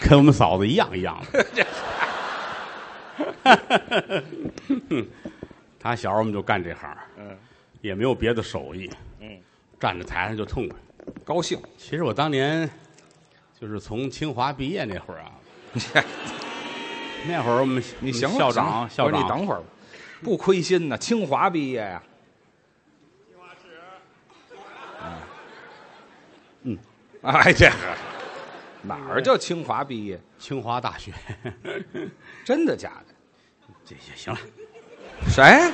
跟我们嫂子一样一样的。他小时候我们就干这行，嗯也没有别的手艺，嗯，站在台上就痛快。高兴， 其实我当年就是从清华毕业那会儿啊，那会儿我们你行了，校行了长校不是长你等会儿吧，不亏心呐，清华毕业呀、清华史，嗯，哎，这个哪儿叫清华毕业？清华大学， 真的假的？这也行了谁？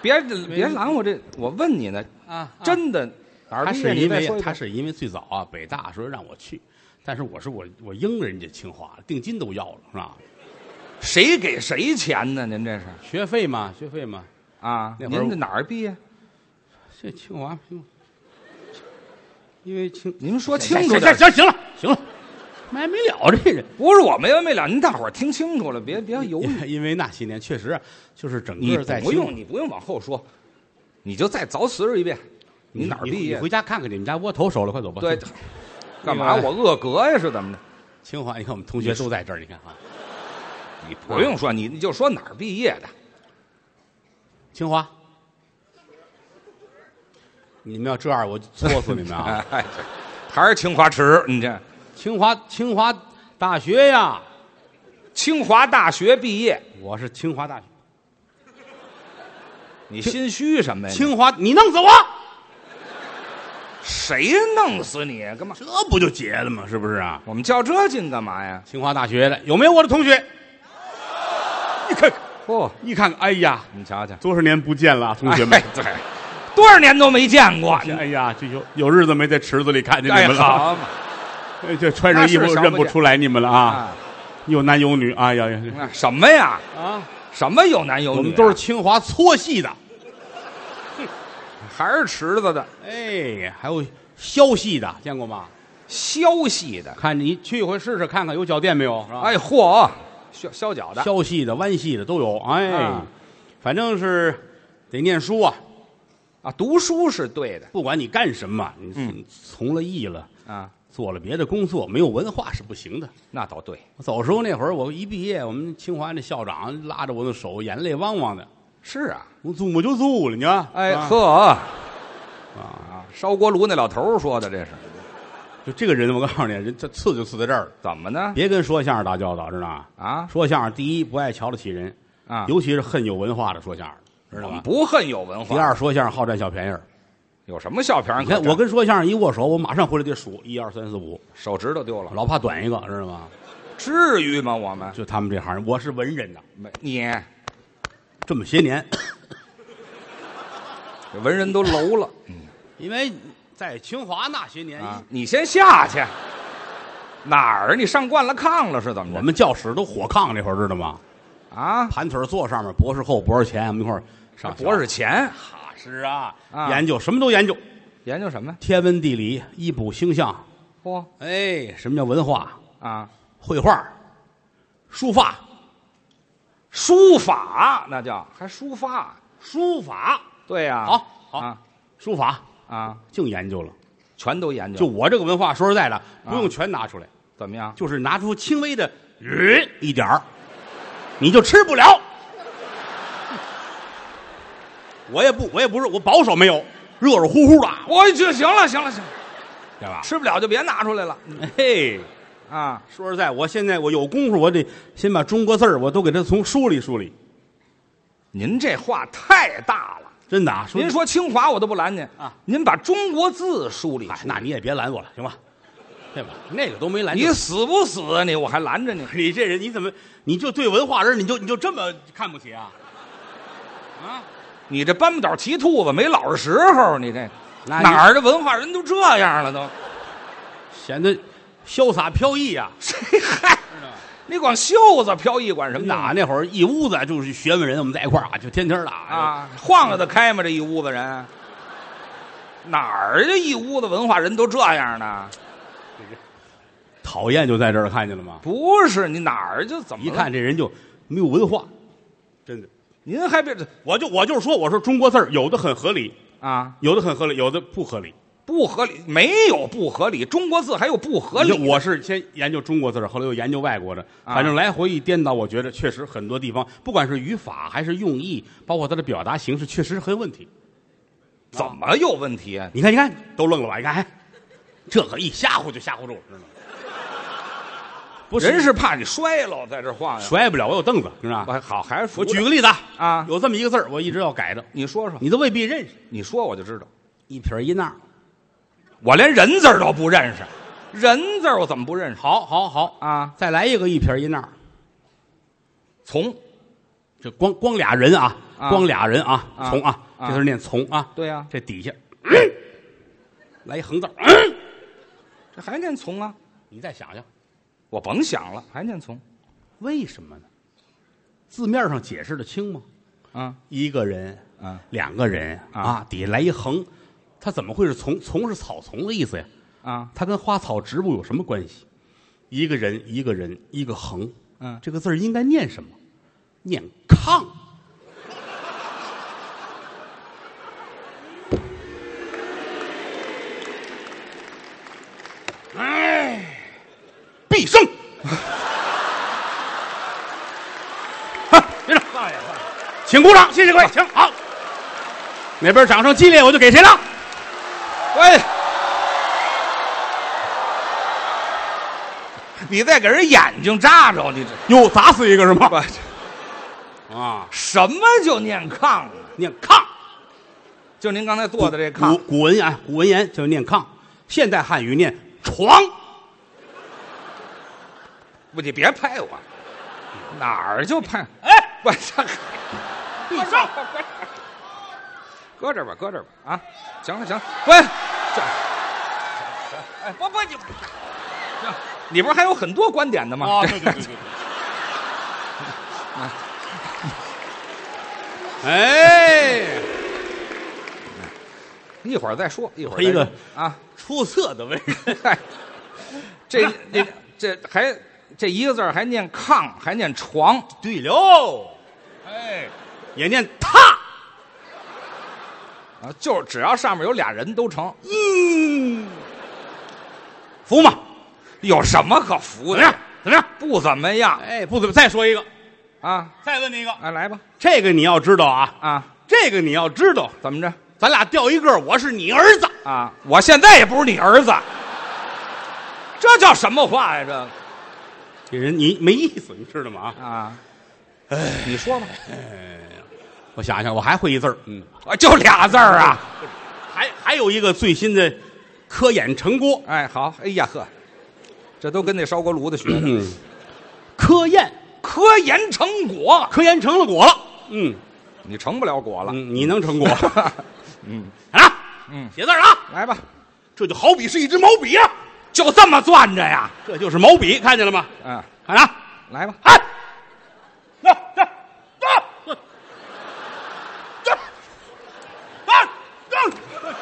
别别拦我这，我问你呢，啊真的哪儿他毕业？是你因再说为一遍他是因为最早啊，北大说让我去，但是我是我我应人家清华了，定金都要了是吧？谁给谁钱呢？您这是学费嘛，学费嘛，啊？那会儿您这哪儿毕业？这清华，清因为清您说清行楚行点行儿，行行了行了，没没了这人。不是我没完没了，您大伙儿听清楚了，别别犹豫。因为那些年确实啊就是整你个在不清用，你不用往后说，你就再凿辞一遍，你哪儿毕业你？回家看看你们家窝头熟了，快走吧。对清，干嘛我饿格呀？是怎么的？清华，你看我们同学都在这儿，你看啊，你不用说，你你就说哪儿毕业的。清华，你们要这样我就搓死你们啊！ 哎，还是清华池？你这清华清华大学呀，清华大学毕业，我是清华大学。你心虚什么呀？清华，哎你弄死我，谁弄死你？干嘛？这不就结了吗？是不是啊？我们较这劲干嘛呀？清华大学的有没有我的同学？你看，嚯、你看看，哎呀，你瞧瞧，多少年不见了啊，同学们哎，。对，多少年都没见过。哎呀，这有有日子没在池子里看见哎，你们了啊，好嘛哎这穿上衣那是服少认不不见出来你们了啊，啊！有男有女，哎呀呀呀那什么呀？啊！什么有男有女啊、我们都是清华搓系的，还是池子的哎，还有消系的，见过吗？消息的。看你去一回试试看看，有脚垫没有？是吧哎，嚯，削削脚的，消系的、弯系的都有，哎啊，反正是得念书啊。啊，读书是对的不管你干什么，你嗯从了艺了，啊，做了别的工作，没有文化是不行的。那倒对，我走时候那会儿，我一毕业，我们清华那校长拉着我的手，眼泪汪汪的。是啊，我祖母就祖了，你看，哎啊呵啊，烧锅炉那老头儿说的，这是就这个人，我告诉你，人这刺就刺在这儿了。怎么呢？别跟说相声打交道，知道吗？啊说相声第一不爱瞧得起人，啊，尤其是恨有文化的说相声，知我道们吗？不恨有文化，第二，说相声好占小便宜儿。有什么笑片儿你可看占？我跟说相声一握手，我马上回来得数一二三四五，手指头丢了，老怕短一个，知道吗？至于吗？我们就他们这行人，我是文人呐，没你这么些年，这文人都楼了因为在清华那些年，啊，你先下去，哪儿？你上惯了炕了是怎么着？我们教室都火炕那会儿，知道吗？啊，盘腿坐上面，博士后、博士前，我们一块儿上博学士前哈是啊，啊研究什么都研究，研究什么呀？天文地理、医卜星象，嚯哎，什么叫文化？啊，绘画、书法、书法那叫还书法。书法，对呀、好好啊书法啊，净研究了。全都研究。就我这个文化，说实在的，不用全拿出来，怎么样？就是拿出轻微的呃一点儿，你就吃不了。我也不，我也不是，我保守没有，热热乎乎的，我就行了，行了，行了，对吧？吃不了就别拿出来了 嘿，啊！说实在，我现在我有功夫，我得先把中国字儿我都给它从梳理梳理。您这话太大了。真的啊，您说，说清华我都不拦您啊，您把中国字梳理哎，出来，那你也别拦我了，行吧？对吧？那个都没拦你死不死啊你？我还拦着你你这人你怎么你就对文化人你就你就这么看不起啊？啊，你这搬不倒骑兔子没老实时候，你这那你哪儿的文化人都这样了都？显得潇洒飘逸啊呀、 谁嗯嗨？你光袖子飘逸管什么哪用啊那会儿一屋子就是学问人，我们在一块儿啊，就天天的啊，啊？晃悠得开吗？这一屋子人，哪儿的一屋子文化人都这样呢？讨厌就在这儿看见了吗？不是你哪儿就怎么一了看这人就没有文化，真的。您还别我就我就是说，我说中国字儿有的很合理，啊有的很合理，有的不合理。不合理，没有不合理，中国字还有不合理。我是先研究中国字儿，后来又研究外国的，啊反正来回一颠倒，我觉得确实很多地方，不管是语法还是用意，包括它的表达形式，确实很有问题。怎么有问题啊？你看，你看，都愣了吧？你看，哎这个一吓唬就吓唬住了，知道吗？不是人是怕你摔了，在这晃呀。甩不了，我有凳子，知道我吧？好，还是服我着举个例子啊有这么一个字儿，我一直要改的，你说说，你都未必认识，你说我就知道，一撇儿一捺儿。我连人字儿都不认识，人字儿我怎么不认识好，好，好，啊？再来一个一撇儿一捺儿。从，这光光俩人啊，啊光俩人啊，啊从啊，啊这字念从啊，对呀这底下、嗯来一横字儿、嗯这还念从啊？你再想想，我甭想了，还念从为什么呢？字面上解释的清吗？啊一个人，啊，两个人啊啊，底下来一横，它怎么会是从？从是草丛的意思呀，啊它跟花草植物有什么关系？一个人，一个人，一个横，嗯这个字儿应该念什么？念炕。哎必胜。别大爷，请鼓掌，谢谢各位，请好。哪边掌声激烈，我就给谁了。喂，你再给人眼睛扎着，你这哟，砸死一个是 吗？我啊，什么就念炕啊？念炕，就您刚才坐的这炕古古文啊，古文言就念炕，现代汉语念床。不，你别拍我，哪儿就拍？哎，我这地上搁这儿吧，搁这儿吧啊！行了行了，喂，这哎不不你，行你不是还有很多观点的吗？啊，对对对对。 哎， 一会儿再说，一会儿回一个再说啊。出色的文人，嗨， 这来这这还这一个字儿还念炕，还念床， 对喽，哎，也念榻。啊，就是只要上面有俩人都成，嗯，服吗？有什么可怎服的么样？？怎么样？不怎么样哎，不怎么，再说一个，啊！再问你一个，哎，来吧，这个你要知道啊，啊，这个你要知道，怎么着咱俩掉一个，我是你儿子，啊？我现在也不是你儿子，这叫什么话呀？这这人你没意思，你知道吗？啊，啊，哎你说吧，我想想，我还会一字儿，嗯，啊，就俩字儿啊！还还有一个最新的科研成果，哎，好，哎呀呵，这都跟那烧锅炉的学的，嗯，科研科研成果，科研成了果了，嗯，你成不了果了。嗯你能 成果嗯，啊？嗯写字儿啊，来吧，这就好比是一支毛笔啊，就这么攥着呀。这就是毛笔，看见了吗？嗯，看啊，来吧，哎，那这这这这这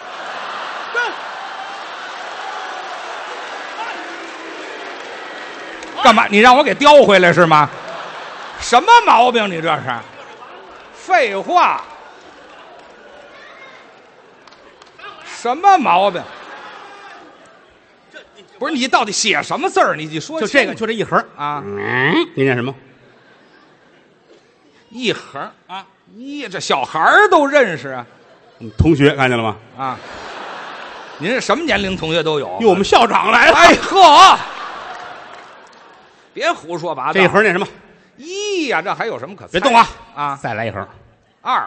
干嘛？你让我给叼回来是吗？什么毛病？你这是？废话。什么毛病？不是你到底写什么字儿？你你说就这个，清楚就这一横啊嗯，你念什么？一横啊，一这小孩儿都认识啊我们同学看见了吗？啊！您是什么年龄同学都有？哟，我们校长来了。 哎呵，别胡说八道。这一横念什么？一呀、这还有什么可猜别动啊！啊！再来一横，二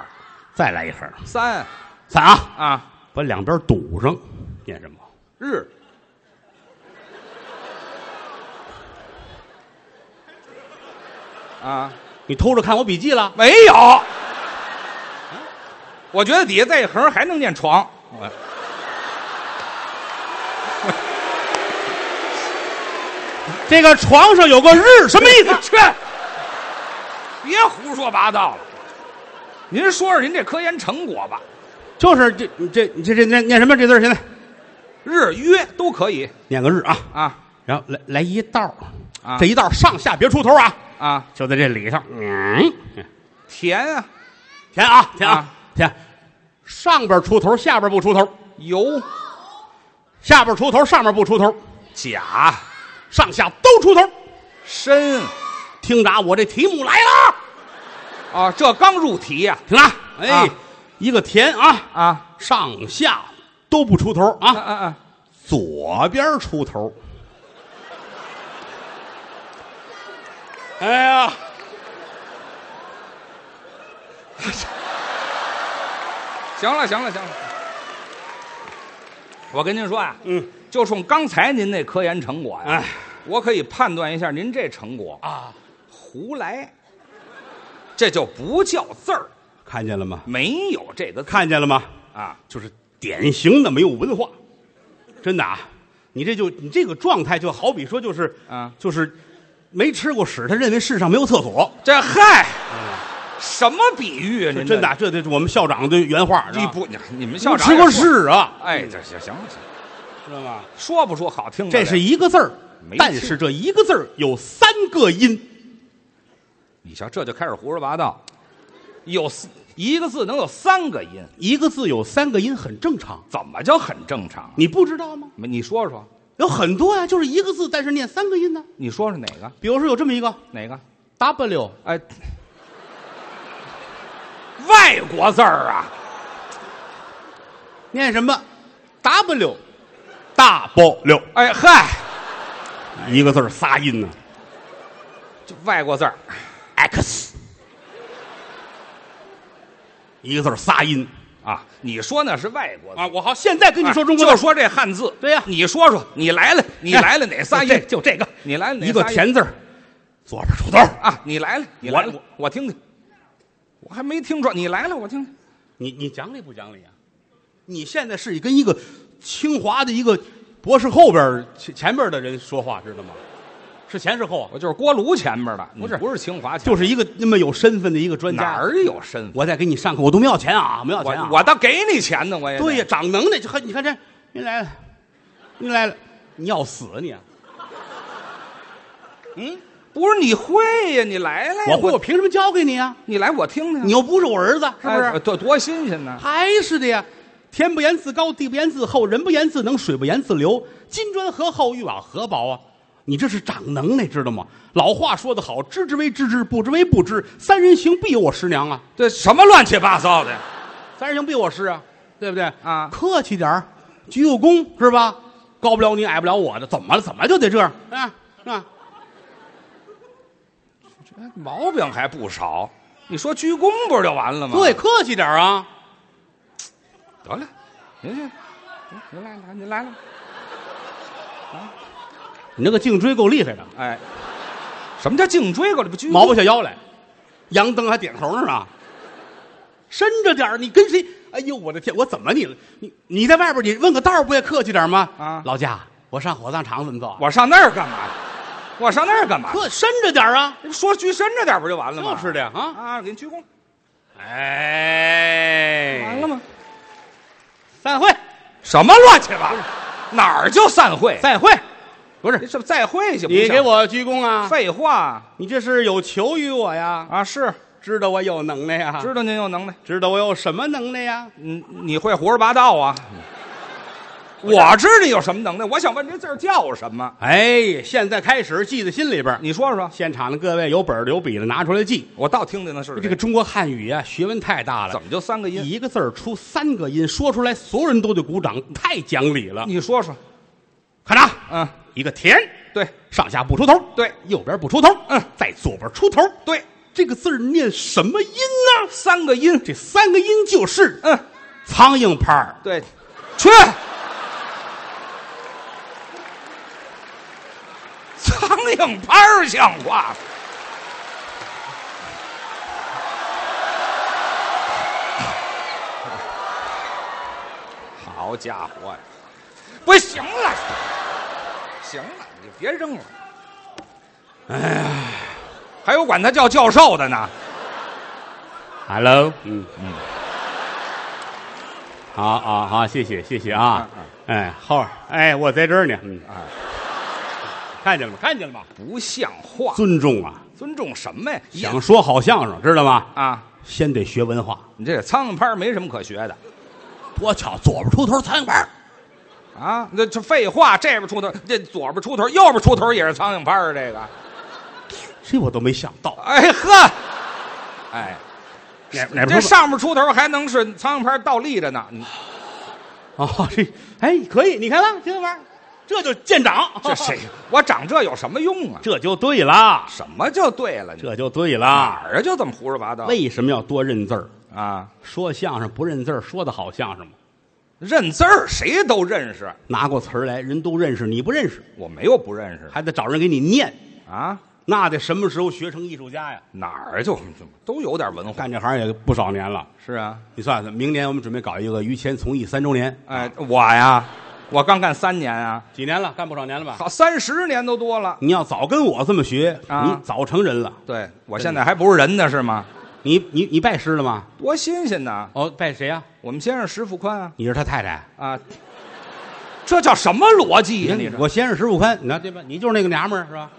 再来一横，三三啊，啊，把两边堵上，念什么？日啊，你偷着看我笔记了？没有。我觉得底下再一横还能念床。这个床上有个日，什么意思？ 去，别胡说八道了。您说说您这科研成果吧， 就是这这这这念念什么？这字儿现在日约都可以念个日啊，啊然后来来一道儿啊这一道儿上下别出头啊，啊，就在这里头，嗯，甜啊，填啊填啊啊填，上边出头，下边不出头，油下边出头，上面不出头，甲、上下都出头。申听着，啊我这题目来了，啊，这刚入题呀、听着，哎，啊一个田啊，啊，上下都不出头啊啊，啊啊！左边出头。哎呀，行了，行了，行了。我跟您说啊，嗯，就冲刚才您那科研成果呀、哎我可以判断一下您这成果啊，胡来，这就不叫字儿，看见了吗？没有这个字看见了吗？啊。就是典型的没有文化，真的啊！你这就你这个状态就好比说就是啊就是没吃过屎，他认为世上没有厕所，这嗨，什么比喻啊？您真的嗯啊，这这是我们校长的原话，这，是你吧不，你你们校没长吃过也说？屎啊，哎，这行行了行了，知道吗？说不说好听的这嘞？是一个字儿没，但是这一个字儿有三个音，你瞧，这就开始胡说八道，有四一个字能有三个音，一个字有三个音很正常，怎么叫很正常啊？你不知道吗？你你说说，有很多呀、就是一个字，但是念三个音呢、你说说哪个比如说有这么一个哪个？ W，哎，外国字儿啊，念什么？W，大爆六，哎嗨，一个字儿仨音呢、就外国字儿， X，一个字儿仨音啊，你说那是外国字啊！我好，现在跟你说中哎国就字，说这汉字。对呀你说说，你来了，你来了哪仨就这音？就这个，你来了哪一个仨音田字儿，左边出头儿。啊，你来了，你我来了，我我听听，我还没听着，你来了，我听听。你你讲理不讲理啊？你现在是跟一个清华的一个博士后边儿前前边儿的人说话，知道吗？是前是后啊？我就是锅炉前面的，不是你不是清华前面，就是一个那么有身份的一个专家。哪儿有身份？我再给你上课，我都没要钱啊，没要钱啊我。我倒给你钱呢，我也对呀，长能耐就看，你看这，您来了，您来了，你要死啊你啊！嗯不是你会呀，你来了呀，我会，我凭什么教给你啊？你来我听听，你又不是我儿子，是不哎是？多多新鲜呢？还是的呀，天不言自高，地不言自厚，人不言自能，水不言自流。金砖和厚，玉瓦和薄啊！你这是长能耐，知道吗？老话说得好，知之为知之，不知为不知。三人行必有我师娘啊，这什么乱七八糟的？三人行必有我师啊，对不对？啊客气点儿，鞠个躬是吧？高不了你，矮不了我的，怎么了？怎么就得这样啊？啊，毛病还不少。你说鞠躬不就完了吗？对，，客气点儿啊！得了，您这，您来了，您来了，你那个颈椎够厉害的，哎，什么叫颈椎过来不鞠躬？毛不下腰来，杨登还点头呢啊，伸着点儿你跟谁？哎呦，我的天，我怎么你了？你你在外边，你问个道儿不也客气点儿吗？啊老家，我上火葬场怎么走啊？我上那儿干嘛？我上那儿干嘛？客伸着点儿啊，说鞠深着点不就完了吗？就是的呀啊，啊，给你鞠躬，哎，完了，吗？散会，什么乱七八糟，哪儿就散会？散会，不这是这再会去？你给我鞠躬啊！废话你这是有求于我呀？啊！是，知道我有能耐呀？知道您有能耐，知道我有什么能耐呀？嗯，你会胡说八道啊？嗯我知道你有什么能耐，我想问这字儿叫什么？哎，现在开始记在心里边儿。你说说，现场的各位有本儿的有笔的拿出来记。我倒听听那是这个中国汉语啊，学问太大了怎，么就三个音？一个字儿出三个音，说出来所有人都得鼓掌，太讲理了。你说说，看着啊，嗯，一个田，对上下不出头，对右边不出头，嗯，在左边出头，对，这个字儿念什么音呢？三个音，这三个音就是嗯，苍蝇拍儿。对，去。苍蝇拍儿像话吗？好家伙呀！不行了，行了，你别扔了。哎呀，还有管他叫教授的呢。 Hello，嗯嗯，好啊好，谢谢谢谢啊嗯，哎后儿哎我在这儿呢，嗯啊，看见了吗？看见了吗？不像话，尊重啊，尊重什么呀？想说好相声知道吗？啊，先得学文化。你这苍蝇拍儿没什么可学的。多巧，左边出头苍蝇拍儿，啊，那这废话，这边出头，这左边出头，右边出头也是苍蝇拍儿。这个，这我都没想到。哎呵，哎，哪哪边这上面出头还能是苍蝇拍儿倒立着呢？ 你哦，这哎可以，你看吧，这玩意儿，这就见长，这谁？我长这有什么用啊？ 这就对了，什么就对了？你这就对哪了。儿啊就这么胡说八道为什么要多认字儿？啊？说相声不认字儿，说的好相声吗？认字儿谁都认识，拿过词儿来，人都认识，你不认识，我没有不认识还得找人给你念，啊。那得什么时候学成艺术家呀？哪儿啊就都有点文化。干这行也不少年了，是啊，你算算，明年我们准备搞一个于谦从艺三周年，哎，我呀，我刚干三年啊，几年了？干不少年了吧？好三十年都多了。你要早跟我这么学，啊你早成人了。对我现在还不是人呢，是吗？你你你拜师了吗？多新鲜呐！哦，拜谁呀？我们先生石富宽啊你是他太太。啊，这叫什么逻辑呀、您你这我先是石富宽，你看对吧？你就是那个娘们儿是吧？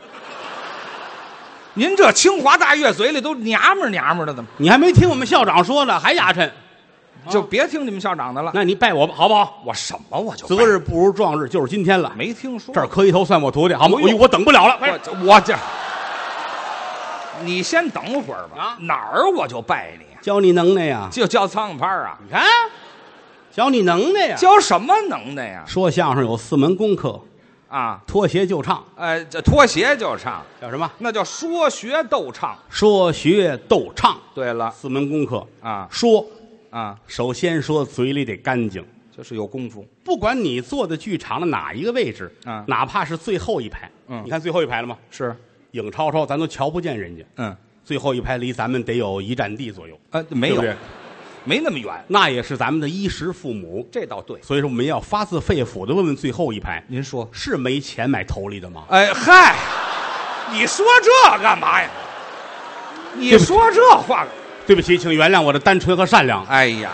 您这清华大乐嘴里都娘们儿娘们儿的，怎么你还没听我们校长说呢，还牙碜？啊就别听你们校长的了？那你拜我吧，好不好？我什么我就择日不如撞日，就是今天了。没听说这儿磕一头算我徒弟，好吗？哎呦我我等不了了，快我这我这，你先等会儿吧。啊哪儿我就拜你，教你能耐呀！就叫苍蝇拍儿啊，你看，教你能耐呀！教什么能耐呀？说相声有四门功课：啊，脱鞋就唱，哎，这脱鞋就唱，叫什么？那叫说学逗唱。说学逗唱，对了四门功课。啊说，啊，首先说嘴里得干净，就是有功夫。不管你坐在剧场的哪一个位置，啊哪怕是最后一排，嗯你看最后一排了吗？是，影超超，咱都瞧不见人家，嗯，最后一排离咱们得有一站地左右，呃，没有，对不对没那么远，那也是咱们的衣食父母，这倒对。所以说我们要发自肺腑的问问最后一排，您说，是没钱买头里的吗？哎嗨，你说这干嘛呀？你对不起说这话，对不起，请原谅我的单纯和善良，哎呀，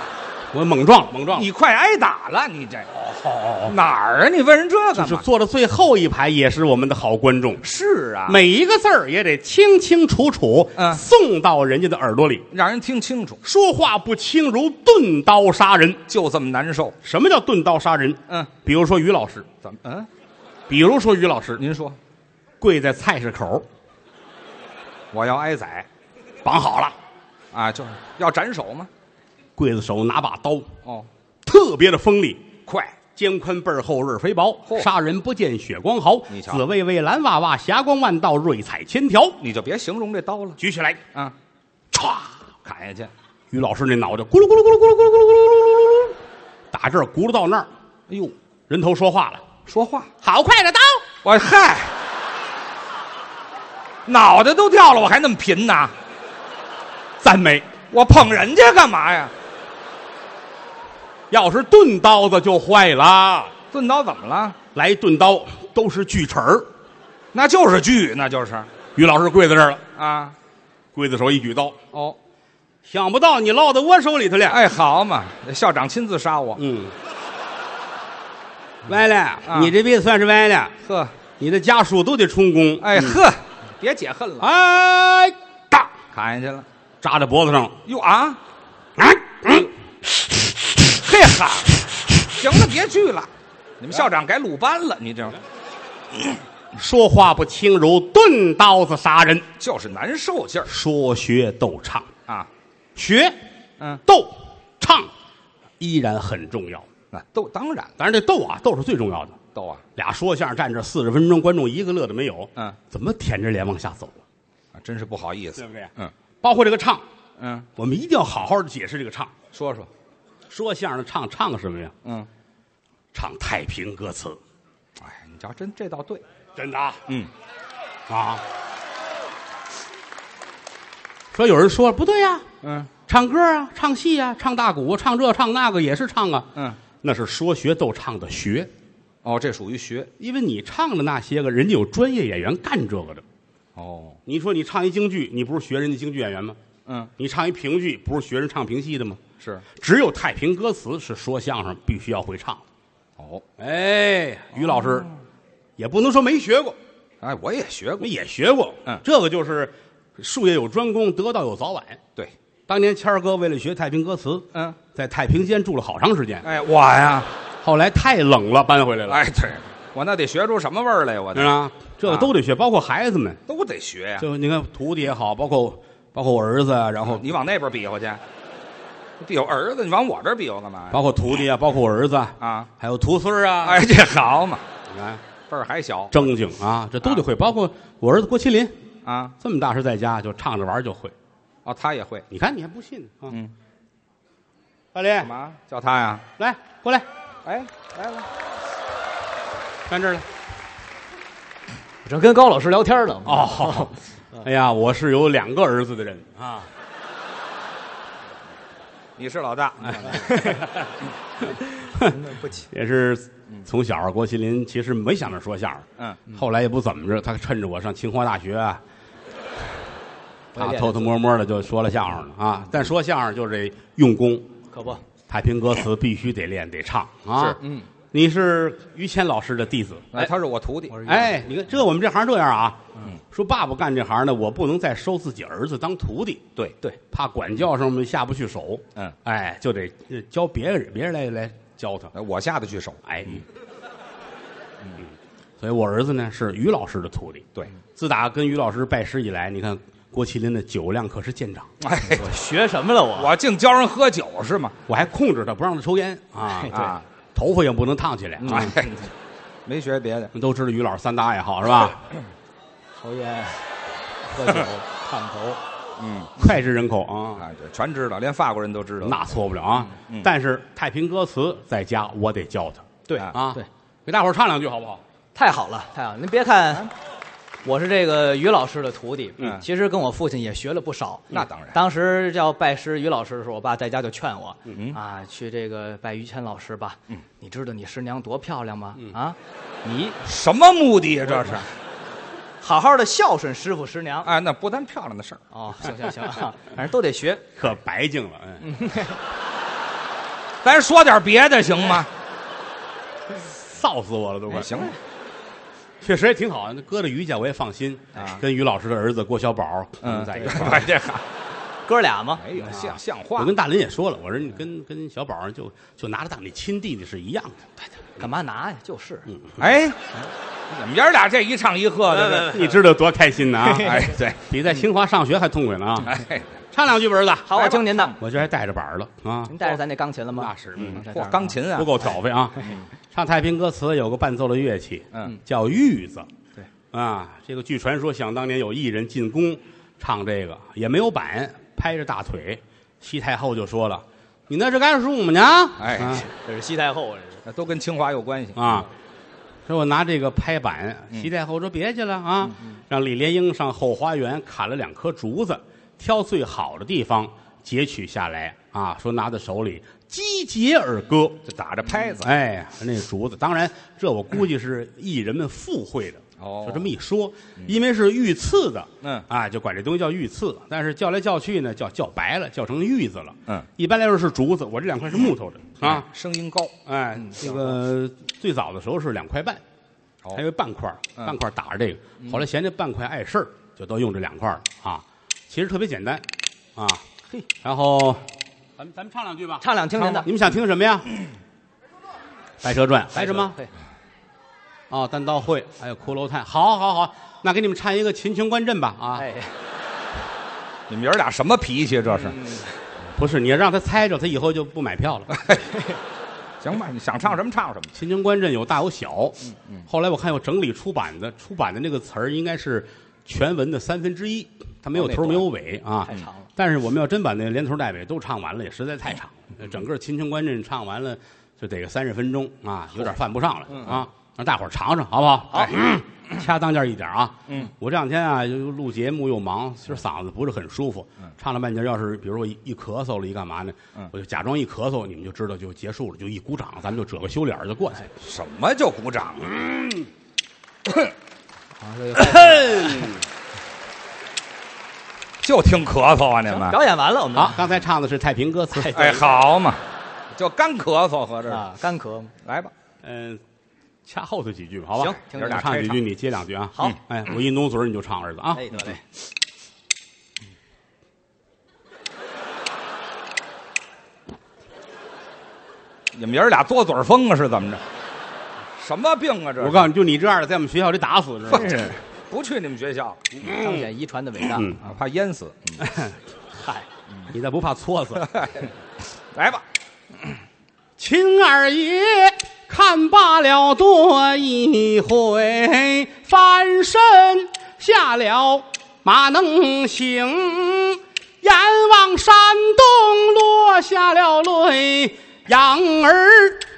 我猛撞猛撞。哦你快挨打了，你这哦，哪儿啊？你问人这就干是嘛？坐到最后一排也是我们的好观众，是啊，每一个字儿也得清清楚楚，嗯送到人家的耳朵里。让人听清楚，说话不清如钝刀杀人。就这么难受。什么叫钝刀杀人？嗯，比如说于老师，怎么？嗯，比如说于老师您说，跪在菜市口我要挨宰绑好了，啊，就是要斩首吗？刽子手拿把刀，哦，特别的锋利，快，肩宽背儿厚，刃儿肥薄，嚯杀人不见血光毫。你瞧紫薇薇，蓝娃娃，霞光万道，瑞彩千条。你就别形容这刀了举起来，啊，歘，砍下去。于老师那脑袋咕噜咕噜咕噜咕噜咕噜咕噜咕噜咕噜咕噜咕噜，打这儿咕噜到那儿，哎呦，人头说话了，说话，好快的刀！我嗨，脑袋都掉了，我还那么贫呐？赞美。我捧人家干嘛呀？要是钝刀子就坏了。钝刀怎么了？来一钝刀，都是锯齿儿。那就是锯，那就是于老师跪在这儿了，啊，刽子手一举刀，哦，想不到你落到我手里头了。哎，好嘛，校长亲自杀我，嗯，歪了，你这辈子算是歪了，呵，你的家属都得充公。哎嗯呵，别解恨了，哎，大砍下去了，扎在脖子上，哟啊，哎嗯嘿哈，行了，别锯了，你们校长改鲁班了，你这说话不轻如钝刀子杀人，就是难受劲儿说学逗唱，啊，学嗯，逗唱依然很重要。那都当然了，当然，这逗啊，逗是最重要的。都啊，俩说相声站这四十分钟，观众一个乐的没有。嗯，怎么舔着脸往下走啊？啊真是不好意思，对不对嗯包括这个唱，嗯，我们一定要好好的解释这个唱。说说，说相声的唱唱什么呀？嗯，唱太平歌词，哎，你瞧，真这倒对，真的啊嗯，啊。说有人说不对呀、嗯唱歌啊，唱戏啊，唱大鼓，唱这唱那个也是唱啊，嗯，那是说学逗唱的学，哦，这属于学，因为你唱的那些个，人家有专业演员干这个的。哦，你说你唱一京剧，你不是学人家京剧演员吗？嗯，你唱一评剧，不是学人唱评戏的吗？是，只有太平歌词是说相声必须要会唱。哦，哎，于老师、也不能说没学过，哎，我也学我过，也学过。嗯这个就是术业有专攻，得道有早晚。对，当年谦儿哥为了学太平歌词，嗯，在太平间住了好长时间。哎，我呀，后来太冷了，搬回来了，哎，啊对，我那得学出什么味儿来呀？我知得道吗？这个都得学，包括孩子们，都得学呀。就你看徒弟也好，包括包括我儿子啊，然后哦你往那边比划去，比划儿子，你往我这儿比划干嘛呀？包括徒弟啊，包括我儿子啊，啊，还有徒孙儿啊，哎，这好嘛，你看辈儿还小正经啊，这都得会。包括我儿子郭麒麟，啊。这么大时在家就唱着玩儿就会。哦，他也会你看你还不信啊？嗯，大林干嘛？叫他呀？来过来，哎，来来，站这儿来。这跟高老师聊天呢。哦， 哎呀，我是有两个儿子的人 啊。你是老大。不起，也是从小郭麒麟其实没想着说相声，嗯，后来也不怎么着，他趁着我上清华大学啊，我也他练偷偷摸摸的就说了相声了嗯啊。但说相声就这用功，可不，太平歌词必须得练得唱啊是。嗯，你是于谦老师的弟子，哎，他是我徒弟我。是哎，你看这我们这行这样啊，说爸爸干这行呢，我不能再收自己儿子当徒弟，对对，怕管教上面下不去手，嗯，哎，就得呃教别人，别人来来教他。哎我下得去手。哎，嗯，所以我儿子呢是于老师的徒弟。对，自打跟于老师拜师以来，你看郭麒麟的酒量可是见长，哎，我学什么了我？我净教人喝酒是吗？我还控制他不让他抽烟 啊嘿，对啊，头发也不能烫起来啊 哎。，没学别的。都知道于老师三大爱好是 吧？抽烟、喝酒、烫头，嗯，脍炙人口啊，啊，这全知道，连法国人都知道。那错不了啊嗯嗯。但是太平歌词在家我得教他对啊，对，给大伙儿唱两句好不好？太好了，太好了！您别看我是这个于老师的徒弟，嗯其实跟我父亲也学了不少。那当然当时要拜师于老师的时候，我爸在家就劝我，嗯啊，去这个拜于谦老师吧。嗯，你知道你师娘多漂亮吗？啊，你什么目的呀？这是？ 好好的孝顺师傅师娘。哎，那不单漂亮的事儿，哦，行行行，啊反正都得学。可白净了，嗯，咱说点别的行吗？臊死我了都快哎，。行了，确实也挺好，那搁着于家我也放心啊跟于老师的儿子郭小宝嗯在一块儿。 哎，这哈哥俩 嘛，没有像像我话跟大林也说了，我说你跟跟小宝儿就就拿着当你亲弟弟是一样的，干嘛拿呀？就是，哎，你们爷儿俩这一唱一和的，你知道多开心呢啊！这哎哎，对，比在清华上学还痛快呢啊！哎，唱两句吧儿子，好，我听您的。我这还带着板儿了啊，您带着咱这钢琴了吗？那是嗯在这儿嚯，钢琴啊不，够挑费啊！唱太平歌词有个伴奏的乐器，嗯，叫玉子。对啊，这个据传说，想当年有艺人进宫唱这个，也没有板，拍着大腿，西太后就说了：“你那是干什么呢？”哎啊这是西太后，啊这是那都跟清华有关系。啊，说我拿这个拍板，嗯西太后说别去了啊，让李莲英上后花园砍了两棵竹子，挑最好的地方截取下来啊，说拿在手里击节而歌。就打着拍子，哎呀，那竹子，当然这我估计是艺人们附会的。哦就这么一说，因为是御赐的，嗯啊，就管这东西叫御赐，但是叫来叫去呢，叫叫白了，叫成玉子了。嗯，一般来说是竹子，我这两块是木头的啊。声音高，哎，这个最早的时候是两块半，哦还有半块儿，嗯半块儿打着这个，后来嫌这半块碍事儿，就都用这两块儿了啊。其实特别简单，啊，嘿，然后咱们咱们唱两句吧。唱两听您的。你们想听什么呀？《白蛇传》来还有什么？嘿哦，单刀会，还有骷髅叹。好，好，好，那给你们唱一个《秦琼观阵》吧。啊，哎，你们爷儿俩什么脾气？啊这是，嗯不是，你要让他猜着，他以后就不买票了。行吧，你想唱什么唱什么。 《秦琼观阵》有大有小，后来我看有整理出版的，出版的那个词儿应该是全文的三分之一，它没有头儿没有尾啊。太长了但是我们要真把那连头带尾都唱完了，也实在太长了。整个《秦琼观阵》唱完了就得个三十分钟啊，有点犯不上了啊。让大伙儿尝尝好不好？好，掐当间一点啊。嗯，我这两天啊，又录节目又忙，其实嗓子不是很舒服。唱了半截，要是比如我一一咳嗽了，一干嘛呢？我就假装一咳嗽，你们就知道就结束了，就一鼓掌，咱们就折个羞脸儿就过去了。什么叫鼓掌？啊好这个就听咳嗽啊，你行们。表演完了，我们哎好，刚才唱的是太平歌词。哎，好嘛，就干咳嗽，合着啊，干咳嘛。来吧。嗯，掐后头几句，好吧？行听我着俩唱几句，你接两句啊。好嗯哎，我一努嘴儿你就唱儿子啊。哎，得嘞，你们爷儿俩多嘴儿疯啊，是怎么着？什么病啊这？我告诉你，就你这样的，在我们学校里打死，知道吗？真是 不去你嗯们学校，彰显遗传的伟大嗯啊！啊怕淹死。嗨，你再不怕搓死？来吧，秦二爷看罢了多一回，翻身下了马能行，眼望山东落下了泪，养儿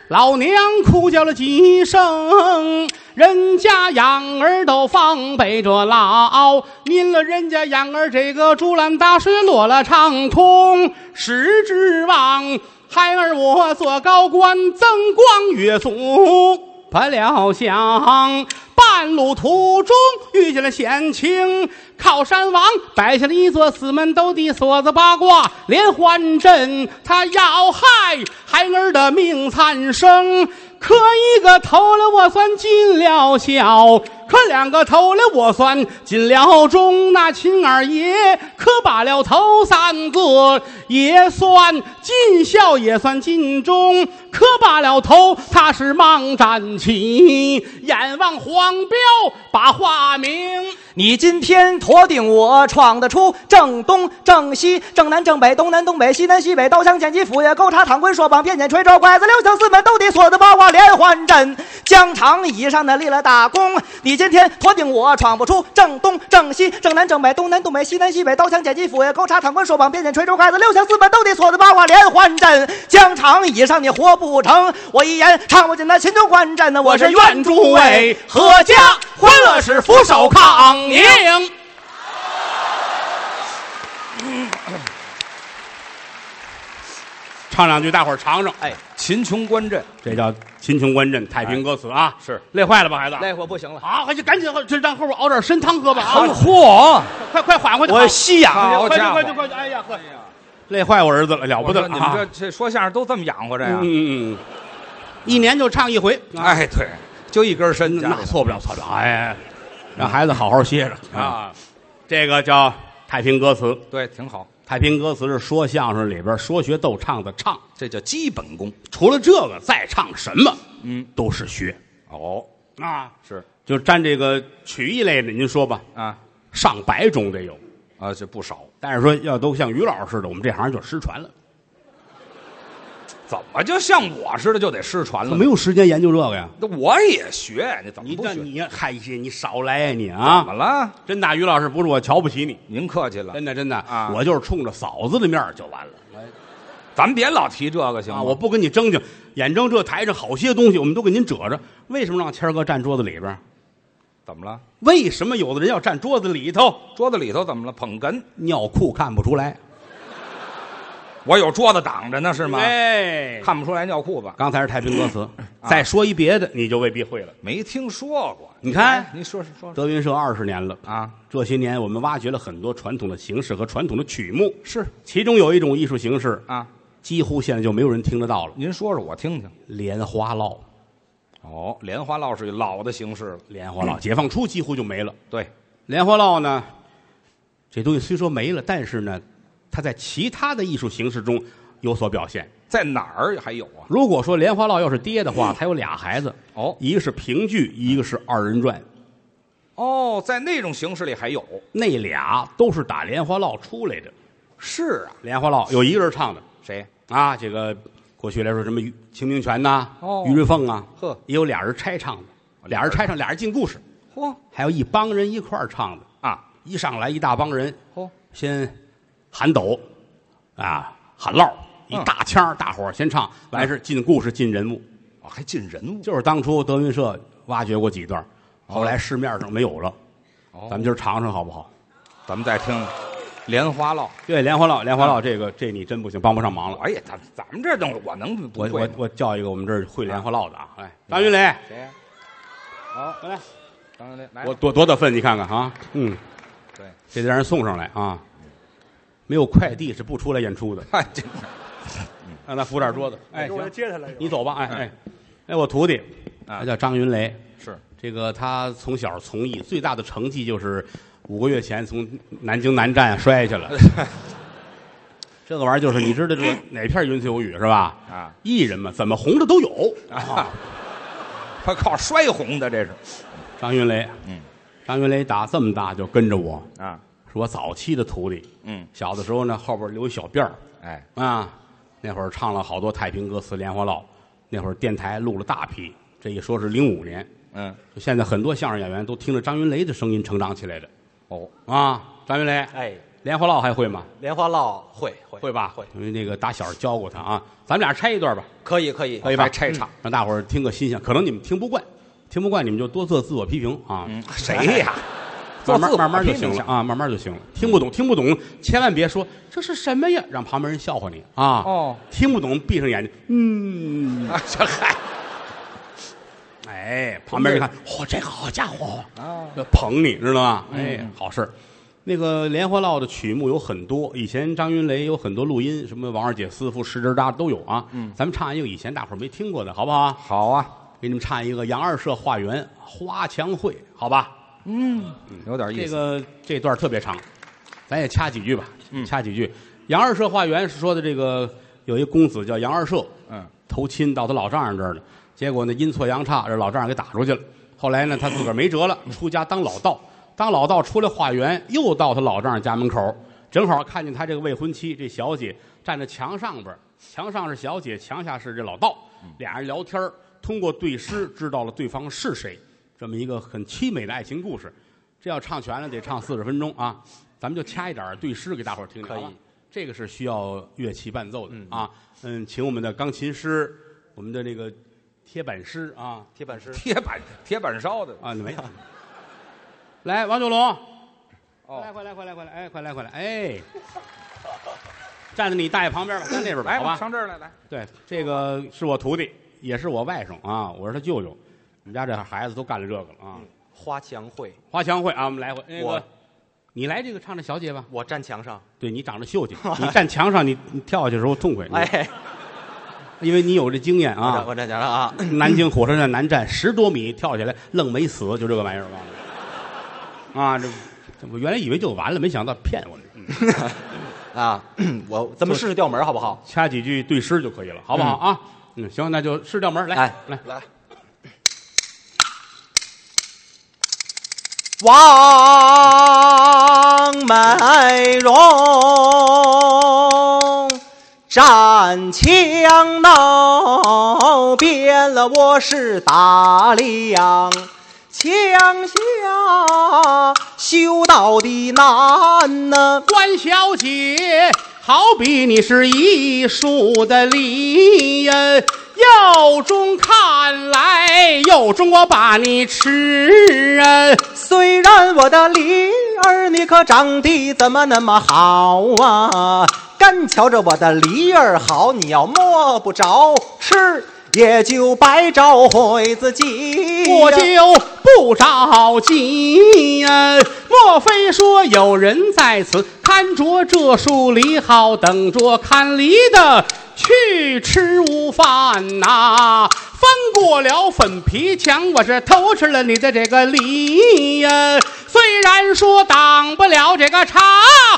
老娘哭叫了几声。人家养儿都防备着老，您了人家养儿这个竹篮打水落了长空，实指望孩儿我做高官，增光越祖。不料想，半路途中遇见了险情，靠山王摆下了一座四门兜底锁子八卦连环阵，他要害孩儿的命惨生。磕一个头来我算进了小，磕两个头来我算进了中。那秦二爷磕罢了头三个，也算进孝，也算尽忠。磕罢了头，他是忙站起，眼望黄标，把话明。你今天驼顶我，闯得出正东、正西、正南、正北、东南、东北、西南、西北，刀枪剑戟斧钺钩叉躺棍槊棒鞭锏锤肘拐子六枪四门兜底锁子八卦连环阵，疆场以上的立了大功。你今天驼顶我，闯不出正东、正西、正南、正北、东南、东北、西南、西北，刀枪剑戟斧钺钩叉躺棍槊棒鞭锏锤肘拐子六枪四门兜底锁子八卦连环阵，疆场以上你活不成，我一言唱不尽那秦琼观阵呢，我是愿诸位阖家欢乐是福寿康宁。唱两句，大伙儿尝尝。哎，秦琼观阵，这叫秦琼观阵，太平歌词啊！是累坏了吧，孩子？那会儿不行了。好，快去，赶紧喝，这让后边熬点参汤喝吧啊！嚯！快快缓过去，我好吸氧，好快去家伙快去快去！哎呀呵，累坏我儿子了，了不我得说了你们啊这这说相声都这么养活着呀嗯？嗯嗯，一年就唱一回，啊，哎，对，就一根那参，家那里错不了错不了，哎，让孩子好好歇着啊。啊，这个叫太平歌词，对，挺好，太平歌词是说相声里边说学逗唱的唱，这叫基本功。除了这个再唱什么嗯，都是学哦，啊。是就沾这个曲艺类的，您说吧，啊上百种得有。啊，这不少。但是说要都像于老师似的，我们这行就失传了，怎么就像我似的就得失传了？没有时间研究这个呀。那我也学，你怎么你不这学？你嗨些，你少来呀你怎么啊！了？真的，于老师不是我瞧不起你，您客气了真，的真的啊我就是冲着嫂子的面儿就完了咱别老提这个行吗？啊！我不跟你争竞，眼睁这台上好些东西我们都给您褶着，为什么让谦儿哥站桌子里边儿？怎么了？为什么有的人要站桌子里头？桌子里头怎么了？捧哏，尿裤看不出来我有桌子挡着呢，是是吗？哎，看不出来尿裤吧？刚才是太平歌词，再说一别的你就未必会了。没听说过。你看哎您说说说说德云社二十年了，啊？这些年我们挖掘了很多传统的形式和传统的曲目，是其中有一种艺术形式，啊，几乎现在就没有人听得到了——您说说我听听。莲花落。哦，莲花落是老的形式了。莲花落，解放初几乎就没了。对，莲花落呢，这东西虽说没了，但是呢，它在其他的艺术形式中有所表现。在哪儿还有啊？如果说莲花落要是爹的话，他有俩孩子，哦一个是评剧，一个是二人转，哦，在那种形式里还有。那俩都是打莲花落出来的。是啊，莲花落有一个人唱的谁？啊，这个过去来说什么于秦明泉呐、哦于瑞凤啊，呵也有俩人拆唱的，俩人拆唱，俩人进故事，嚯还有一帮人一块儿唱的。啊一上来一大帮人，嚯，先喊斗，啊，喊唠，一嗯大腔儿，大伙儿先唱，完事儿进故事进人物，哦还进人物。就是当初德云社挖掘过几段，后来市面上没有了，哦咱们今儿尝尝好不好？咱们再听莲花落。对，莲花落，莲花落，嗯这个这你真不行，帮不上忙了。我也咱咱们这东西我能不我会嗯吗我我叫一个我们这儿会莲花落的啊，哎，张云雷，谁呀？好，来，张云雷来。我多多大份，你看看啊，嗯，哎对，这得让人送上来啊，没有快递是不出来演出的，哎，这让他扶点桌子，哎，我行，接他来。你走吧，哎哎，哎，我徒弟，嗯啊他叫张云雷，是这个他从小从艺，最大的成 绩就是五个月前从南京南站摔下去了。这个玩意儿就是你知道这哪片云随我雨是吧？啊，艺人嘛，怎么红的都 有。啊，他靠摔红的这是张云雷，嗯，张云雷打这么大就跟着我，啊，是我早期的徒弟。嗯，小的时候呢，后边留一小辫儿哎，啊，那会儿唱了好多太平歌词、莲花落，那会儿电台录了大批，这一说是零五年，嗯，就现在很多相声演员都听着张云雷的声音成长起来的哦，啊。张云雷，哎，莲花落还会吗？莲花落会会会吧，会，因为那个打小教过他啊。咱们俩拆一段吧，可以可以，可以吧？还拆场，让大伙儿听个新鲜。可能你们听不惯，听不惯你们就多做自我批评啊。嗯，谁呀？慢做自慢我慢慢就批评行一了下啊，慢慢就行了。听不懂，听不懂，千万别说这是什么呀，让旁边人笑话你啊。哦，听不懂，闭上眼睛，嗯，啊，这嗨，哎，旁边一看，嚯，这个好家伙，那捧你知道吗？哎，好事儿。那个《莲花落》的曲目有很多，以前张云雷有很多录音，什么王二姐、四傅、石枝搭都有啊。嗯，咱们唱一个以前大伙儿没听过的，好不好？好啊，给你们唱一个杨二社化缘花墙会，好吧？有点意这思。个这段特别长，咱也掐几句吧，掐几句。杨二社化缘是说的这个有一公子叫杨二社，嗯，投亲到他老丈人这儿了，结果呢阴错阳差，这老丈人给打出去了。后来呢，他自个儿没辙了，出家当老道，当老道出来化缘，又到他老丈人家门口，正好看见他这个未婚妻这小姐站在墙上边儿，墙上是小姐，墙下是这老道，俩人聊天儿通过对诗知道了对方是谁，这么一个很凄美的爱情故事。这要唱全了得唱四十分钟啊，咱们就掐一点儿对诗给大伙儿听听。可以好吧这个是需要乐器伴奏的啊。嗯，请我们的钢琴师，我们的那个铁板师啊铁板师铁板铁板烧的啊，没有。来，王九龙，哦来，，快来，快来，快来，哎，快来，快来，哎，站在你大爷旁边吧，站那边吧，来好吧，吧？上这儿来来，对，这个是我徒弟，也是我外甥啊，我是他舅舅。我们家这孩子都干了这个了啊。花墙会，花墙会啊，我们来回那我个，你来这个唱这小姐吧。我站墙上，对你长得秀 气，你站墙上你你跳下去的时候痛快，你哎，因为你有这经验我站嗯啊。我站墙上啊，南京火车站南站十多米跳起来愣没死，就这个玩意儿忘了。啊，这这我原来以为就完了，没想到骗我们。 啊，我咱们试试调门好不好？掐几句对诗就可以了，好不好啊？嗯，行，那就试调门来哎来，来。王美容站墙头，变了我是打量墙下修道的难呢、关小姐，好比你是一树的梨呀，右中看来，右中我把你吃啊。虽然我的梨儿你可长得怎么那么好啊？干瞧着我的梨儿好，你要摸不着吃，也就白找回自己呀。我就不着急呀、莫非说有人在此看着这树梨好，等着看梨的去吃午饭呐、翻过了粉皮墙，我是偷吃了你的这个梨呀、虽然说挡不了这个茶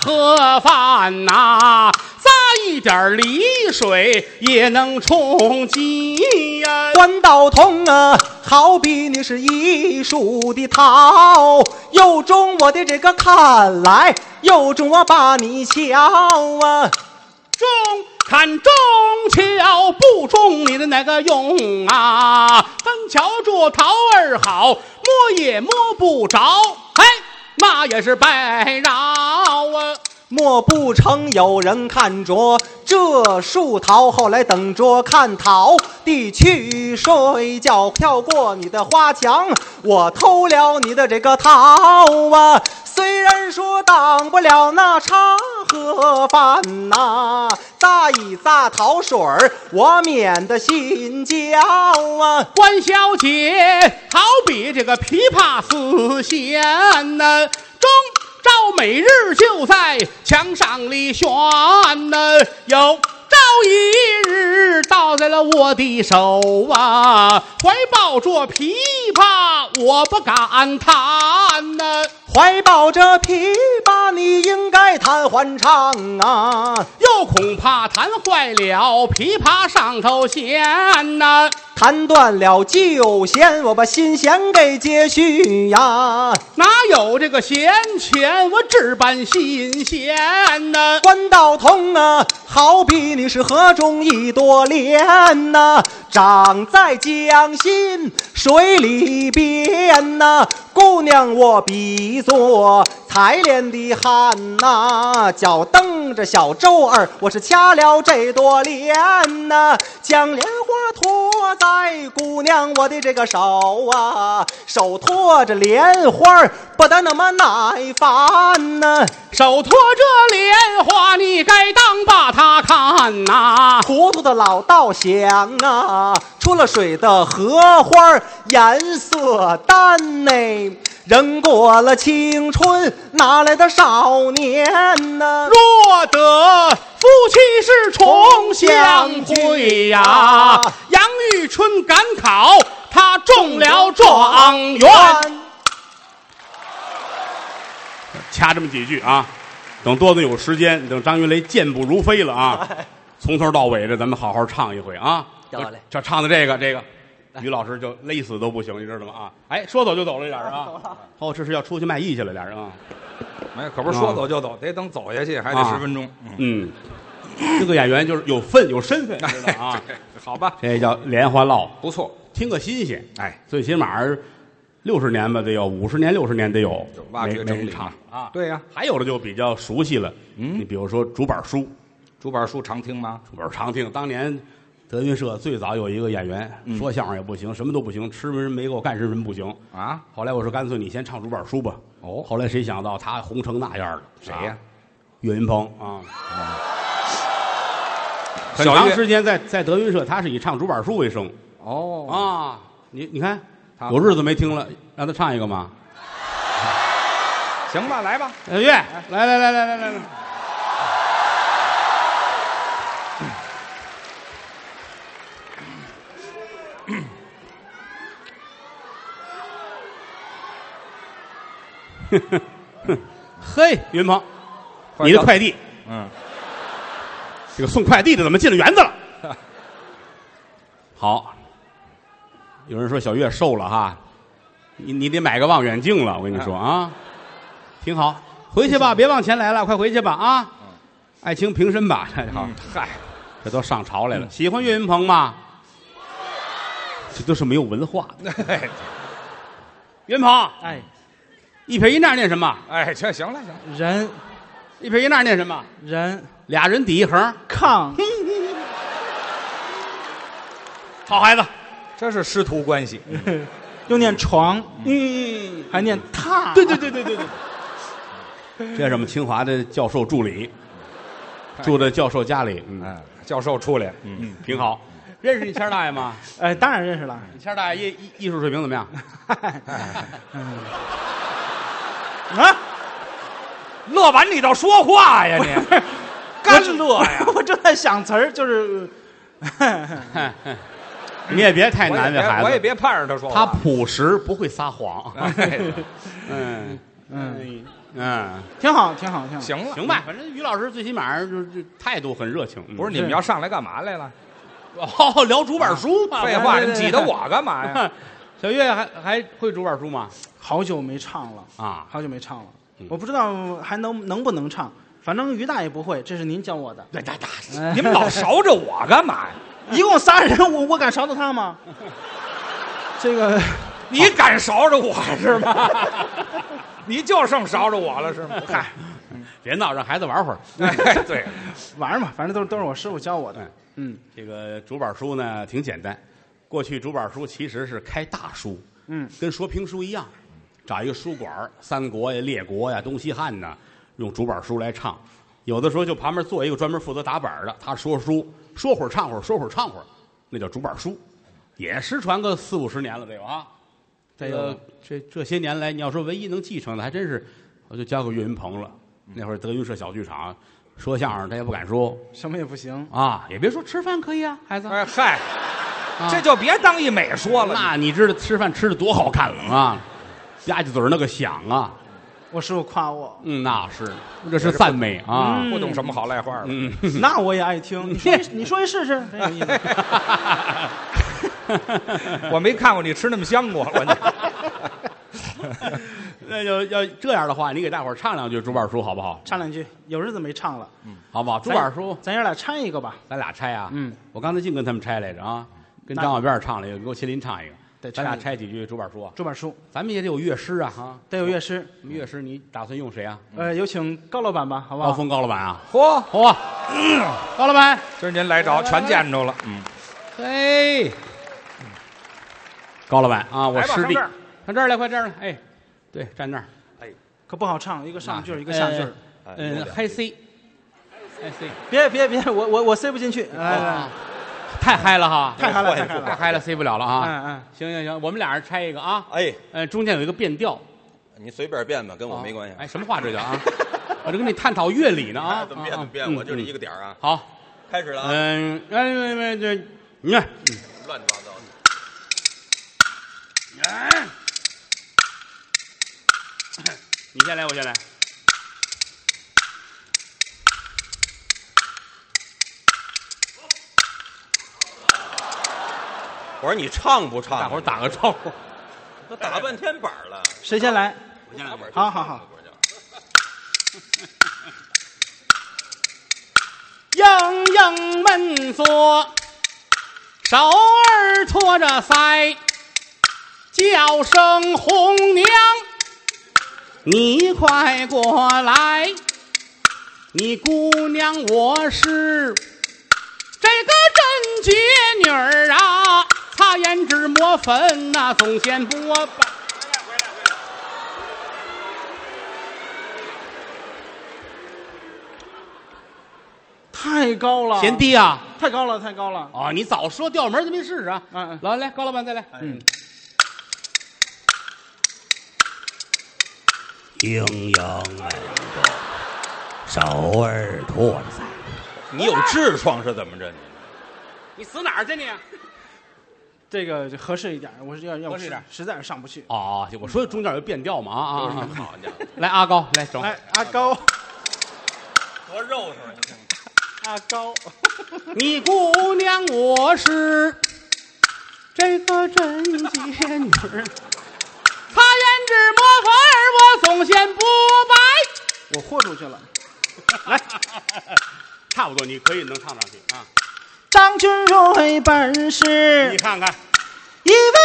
和饭呐、撒一点梨水也能充饥呀、关道通啊，好比你是一树的桃，又中我的这个看来，又中我把你瞧啊。中看中瞧，不中你的那个用啊！单瞧这桃儿好，摸也摸不着，哎，那也是白饶啊！莫不成有人看着这树桃，后来等着看桃的去睡觉？跳过你的花墙，我偷了你的这个桃啊！虽然说挡不了那茶和饭呐、咂一咂桃水儿，我免得心焦啊！关小姐，好比这个琵琶丝弦呐、中招每日就在墙上里悬呐、有朝一日到在了我的手啊，怀抱着琵琶我不敢弹呐、怀抱着琵琶，你应该弹还唱啊，又恐怕弹坏了琵琶上头弦呐、弹断了旧弦，我把新弦给接续呀、哪有这个闲钱我只搬新弦呐、关道通啊，好比你是河中一朵莲呐、长在江心水里边呐、姑娘我比作采莲的汉呐、脚蹬着小舟儿，我是掐了这朵莲呐、将莲花托在姑娘我的这个手啊，手托着莲花儿，不得那么耐烦呐、手托着莲花，你该当把它看呐、糊涂的老道想啊，出了水的荷花儿颜色淡呢，人过了青春，哪来的少年呢？若得夫妻是重相啊会呀、杨玉春赶考，他中了状元，掐这么几句啊。等多多有时间，等张云雷健步如飞了啊，从头到尾的咱们好好唱一回啊。得嘞这唱的这个这个，于老师就勒死都不行，你知道吗？啊，哎，说走就 走了，这俩人啊，哦，这是要出去卖艺去了，俩人啊。没有，可不是说走就走，得等走下去还得啊十分钟。嗯，嗯，这个演员就是有分有身份，知道啊？ 对好吧，这叫莲花落，不错，听个新鲜，哎，最起码六十年吧，得有五十年、六十年得有就，挖掘没没整人理唱啊。，对呀，还有的就比较熟悉了，嗯，你比如说竹板书，竹板书常听吗？竹板常听，当年。德云社最早有一个演员，嗯说相声也不行，什么都不行，吃人没够，干什么不行。啊，后来我说，干脆你先唱竹板书吧。哦后来谁想到他红成那样了？谁呀啊？岳云鹏啊，很小长岳时间在在德云社，他是以唱竹板书为生哦啊。你你看他，有日子没听了，让他唱一个嘛。啊，行吧，来吧，呃，岳，哎来来来来来 来来， 嘿，云鹏，你的快递，嗯，这个送快递的怎么进了园子了？ 好，有人说小月瘦了哈，你你得买个望远镜了，我跟你说啊，挺好，回去吧，别往前来了，快回去吧啊！爱卿平身吧，这好，嗨，这都上朝来了，喜欢岳云鹏 吗？这都是没有文化的。岳云鹏，哎，一撇一捺念什么？哎，这行了行了，人一撇一捺念什么？人俩人抵一横，炕嗯好孩子。这是师徒关系，又念床，嗯，还念榻，啊对对对对对对。 这是我们清华的教授助理，住在教授家里，嗯，嗯，教授出来，嗯，挺好。认识你谦儿大爷吗？哎，当然认识了。 你谦儿大爷艺艺艺术水平怎么 样？啊，，乐完你倒说话呀你，干乐呀 我正在想词儿，就是 你也别太难为我孩也别我也子，别盼着他说他话，朴实不会撒 谎。哎嗯 嗯嗯，挺好，挺好，挺好。 行了行吧，，反正于老师最起码就是这态度很热情。嗯不是你们要上来干嘛来了？哦，聊竹板书嘛？废话，对你对对挤得我干嘛呀？ 小月还还会竹板书吗？好久没唱了，啊，好久没唱了。我不知道还能能不能唱，反正于大爷不会，这是您教我的。对对对。你们老勺着我干嘛呀？一共仨人，我我敢勺到 他吗？这个你敢勺着我是吗？ 你就剩勺着我了是吗？嗨，别闹，让孩子玩会儿。哎对，玩儿嘛，反正都是都是我师傅教我的。嗯这个竹板书呢挺简单，过去竹板书其实是开大书，嗯，跟说评书一样，找一个书馆儿，三国呀、列国呀、东西汉呐，用竹板书来唱。有的时候就旁边坐一个专门负责打板儿的，他说书，说会儿唱会儿，说会儿唱会儿，那叫竹板书，也失传个四五十年了得有啊。这个这这些年来，你要说唯一能继承的，还真是我就交给岳云鹏了。那会儿德云社小剧场说相声，他也不敢说什么也不行。啊，也别说吃饭可以啊，孩子。哎嗨，啊这就别当一美说了。那你知道吃饭吃的多好看了啊，吧唧嘴儿那个响啊，我师傅夸我，嗯，那是，这是赞美啊。不懂什么好赖话了。嗯，那我也爱 听。你说一，你说一试试，真有意思。 我没看过你吃那么香过， 我那就要这样的话，你给大伙儿唱两句竹板书好不好？唱两句，有日子没唱了。好不好？嗯竹板书，咱爷俩拆一个吧。咱俩拆啊。嗯，我刚才净跟他们拆来着啊，跟那张小辫儿唱了一个，跟我麒麟唱一个。对咱俩唱一个拆几句竹板书啊，这本书咱们也得有乐师啊哈。得有乐师，我们乐师你打算用谁啊？呃，有请高老板吧，好不好？高峰高老板啊？嚯，嚯，高老板，今儿您来着，全见着 了。嗯，嘿，哎高老板啊，我来吧师弟，上这上儿这儿来，快这儿来，哎，对，站那儿，可不好唱，一个上句儿，一个下句儿。呃哎嗯，嗨 C，嗨 C，别别别，我我我塞不进去。哎，啊哎太嗨了哈，太嗨了，太嗨太了。嗨了，C 不了了哎啊。哎，行行行，我们俩人拆一个啊。哎，呃，中间有一个变调，你随便变吧，跟我啊哦没关系。哎，什么话这叫啊？ 我这跟你探讨乐理呢啊啊，。 怎么变啊怎么变，我就这一。嗯嗯个点儿啊。好，开始了啊，嗯，哎哎哎，这你看，乱七八糟的。你先来，我先来。我说你唱不大唱伙？儿打个招呼。都打半天板儿了，谁先来？我先来，我好好好。我就应应闷坐，手儿托着腮，叫声红娘，你快过来，你姑娘我是这个真绝女儿啊，擦胭脂抹粉呐、总嫌不我白。太高了，嫌，低啊！太高了，太高了。啊，你早说调门儿咱们试试啊！嗯嗯来来，高老板再来。嗯，盈盈手啊儿托着腮。你有痔疮是怎么着？你你死哪儿去你？这个就合适一点，我是要要合不适一点实在是上不去。哦，我说中间有变调嘛啊啊啊！啊好家伙，来阿高来整，哎，阿高，多肉疼！你看阿高，你姑娘我是这个贞洁女儿，她胭脂抹粉儿我总嫌不白。我豁出去了。来，差不多你可以能唱上去啊！张君瑞本是你看看，一位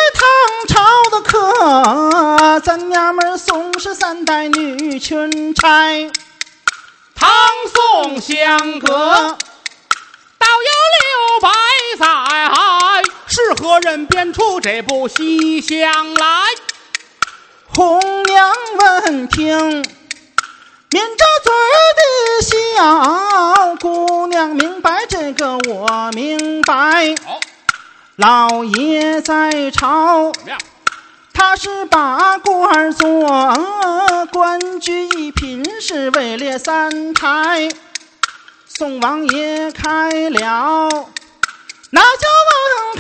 唐朝的客，咱娘们儿宋氏三代女裙钗，唐宋相隔。倒有六百载，是何人编出这部《西厢》来？红娘闻听，抿着嘴儿的笑，姑娘明白这个我明白，好，老爷在朝。怎么样？他是把官儿做，官居一品是位列三台。宋王爷开了，那叫王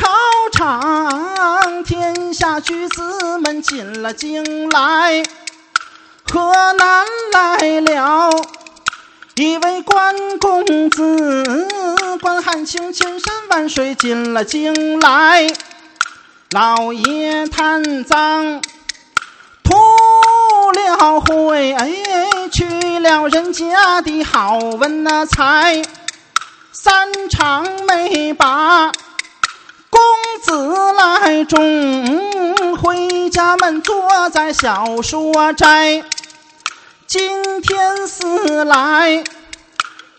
考场，天下举子们进了京来。河南来了一位关公子，关汉卿千山万水进了京来。老爷贪赃图了贿，去了人家的好文那、财，三场没把公子来中，回家门坐在小说斋。今天思来，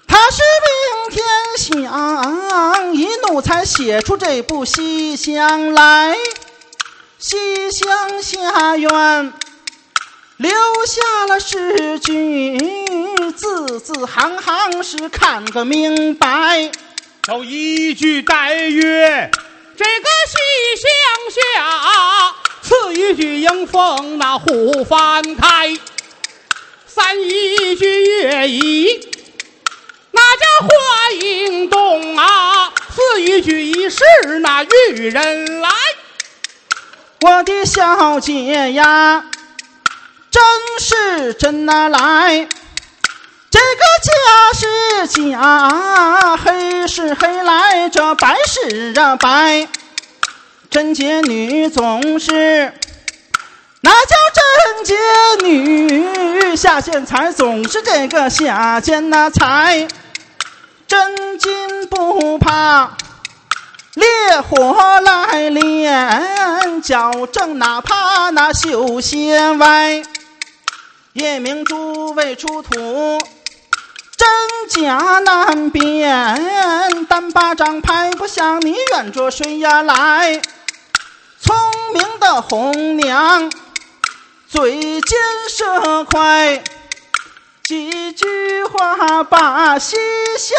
他是明天想，一怒才写出这部《西厢》来。西厢下院留下了诗句，字字行行是看个明白。有一句待曰：“这个西厢下。”次一句迎风那户翻开，三一句月移，那家花影动啊。四一句一是那玉人来，我的小姐呀，真是真哪来，这个假是假，黑是黑来，这白是啊白。贞洁女总是，那叫贞洁女，下线才总是这个下贱那才，真金不怕。烈火来炼，矫正哪怕那修仙歪。夜明珠未出土，真假难辨。单巴掌拍不响，你远着谁呀来？聪明的红娘，嘴尖舌快，几句话把西厢。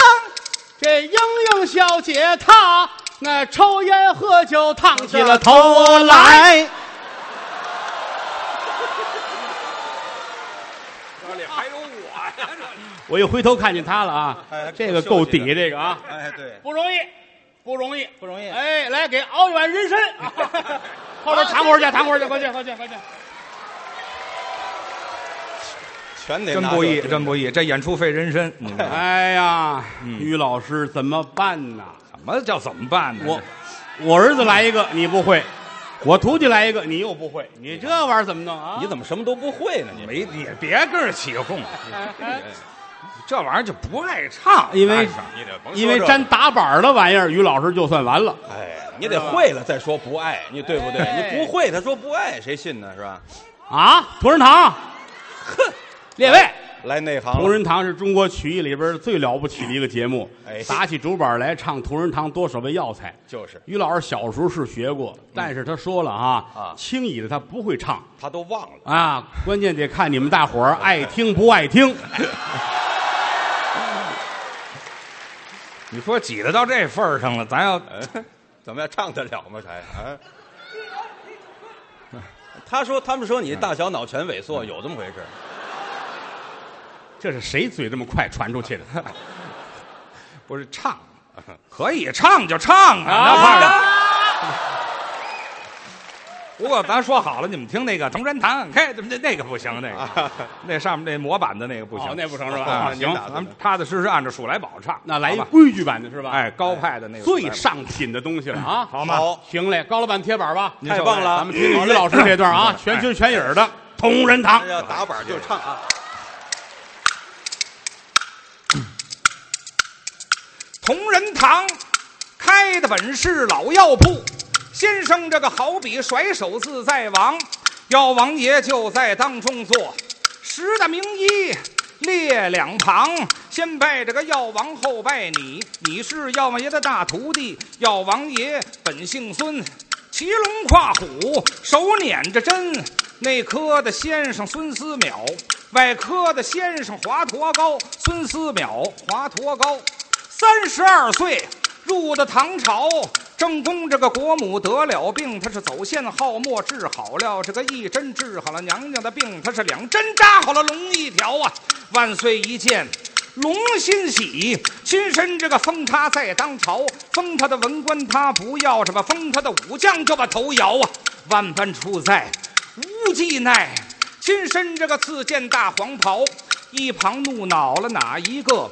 这莺莺小姐她那抽烟喝酒烫起了头啊来。来，这里还有我呀！我一回头看见她了啊哎，这个够底，这个啊，这哎，对，不容易，不容易，不容易哎，来给熬一碗人参， 后边躺会儿去，躺会儿去，快啊去，快去，快去。全得真拿不易，这个真不易，这演出费人参，嗯你看哎呀，嗯于老师怎么办呢？ 怎么叫怎么办呢？我我儿子来一个你不会，我徒弟来一个你又不会，你这玩意儿怎么弄啊？你怎么什么都不会呢？你没，你别跟着起哄， 这玩意儿就不爱哎唱，因为那是你得甭说因为这个沾打板儿的玩意儿，于老师就算完了。哎，你得会了再说不爱，你对不对？哎你不会，他说不爱，谁信呢？是吧？啊，同仁堂，列位，来内行了，同仁堂是中国曲艺里边最了不起的一个节目哎。打起竹板来唱同仁堂多少味药材。就是嗯于老师小时候是学过，但是他说了啊，啊轻易的他不会唱他都忘了。啊，关键得看你们大伙儿爱听不爱 听。你说挤得到这份儿上了，咱要哎， 怎么样，唱得了吗？还 啊？他说，他们说你大小脑全萎缩，有这么回事？这是谁嘴这么快传出去的？不是唱，可以唱就唱啊，啊那怕啥？不过咱说好了，你们听那个《同仁堂》，开，那那个不行，那个那上面那模板啊的那个不行哦，那不成是吧啊啊行，您打咱们踏踏实实按照数来宝唱，那来一好吧规矩版的是吧？哎，高派的那个数来最宝上品的东西了啊！好吗好行嘞，高老板贴板吧， 太棒了！咱们听听于老师这段啊，全心全影儿的《同仁堂哎》。呀，打板就唱啊！同仁堂开的本是老药铺，先生这个好比甩手自在王，药王爷就在当中坐，十大名医列两旁，先拜这个药王，后拜你，你是药王爷的大徒弟，药王爷本姓孙。骑龙跨虎，手捻着针。内科的先生孙思邈，外科的先生华佗高。孙思邈，华佗高，三十二岁入的唐朝。正宫这个国母得了病，他是走线好墨治好了，这个一针治好了娘娘的病，他是两针扎好了龙一条啊！万岁一见。龙欣喜，亲身这个封他在当朝，封他的文官他不要，什么封他的武将就把头摇啊！万般处在无计奈，亲身这个刺剑大黄袍，一旁怒恼了哪一个？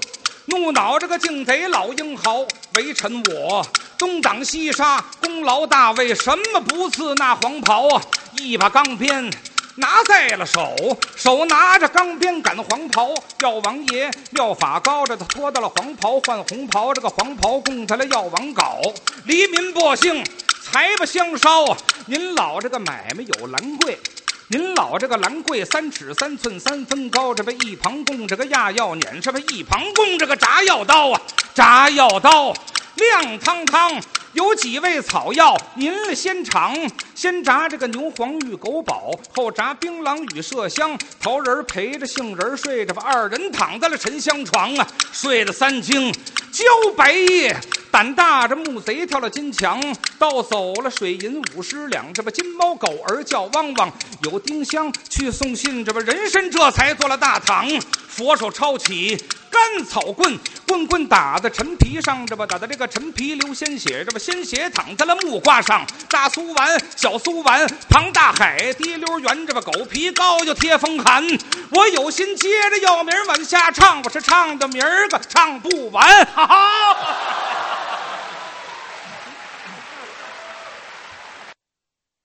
怒恼这个敬贼老英豪，为臣我东挡西杀，功劳大为什么不赐那黄袍啊？一把钢鞭拿在了手，手拿着钢鞭赶黄袍，药王爷妙法高着他脱掉了黄袍换红袍，这个黄袍供他了药王稿，黎民百姓财不相烧啊！您老这个买卖有兰贵。您老这个兰桂三尺三寸三分高，这么一旁供这个压药碾，这么一旁供这个炸药刀啊，炸药刀亮堂堂，有几味草药您先尝，先炸这个牛黄与狗宝，后炸槟榔与麝香，桃仁儿陪着杏仁儿睡着吧，二人躺在了沉香床啊，睡得三更，交白夜。胆大这木贼跳了金墙，盗走了水银五十两，这不金猫狗儿叫汪汪，有丁香去送信，这不人参这才做了大堂，佛手抄起干草棍，棍棍打在陈皮上，这不打在这个陈皮流鲜血，这不鲜血淌在了木瓜上，大苏丸小小苏碗，庞大海，滴溜圆着吧狗皮膏就贴风寒。我有心接着要名儿往下唱，我是唱的名儿个唱不完。好。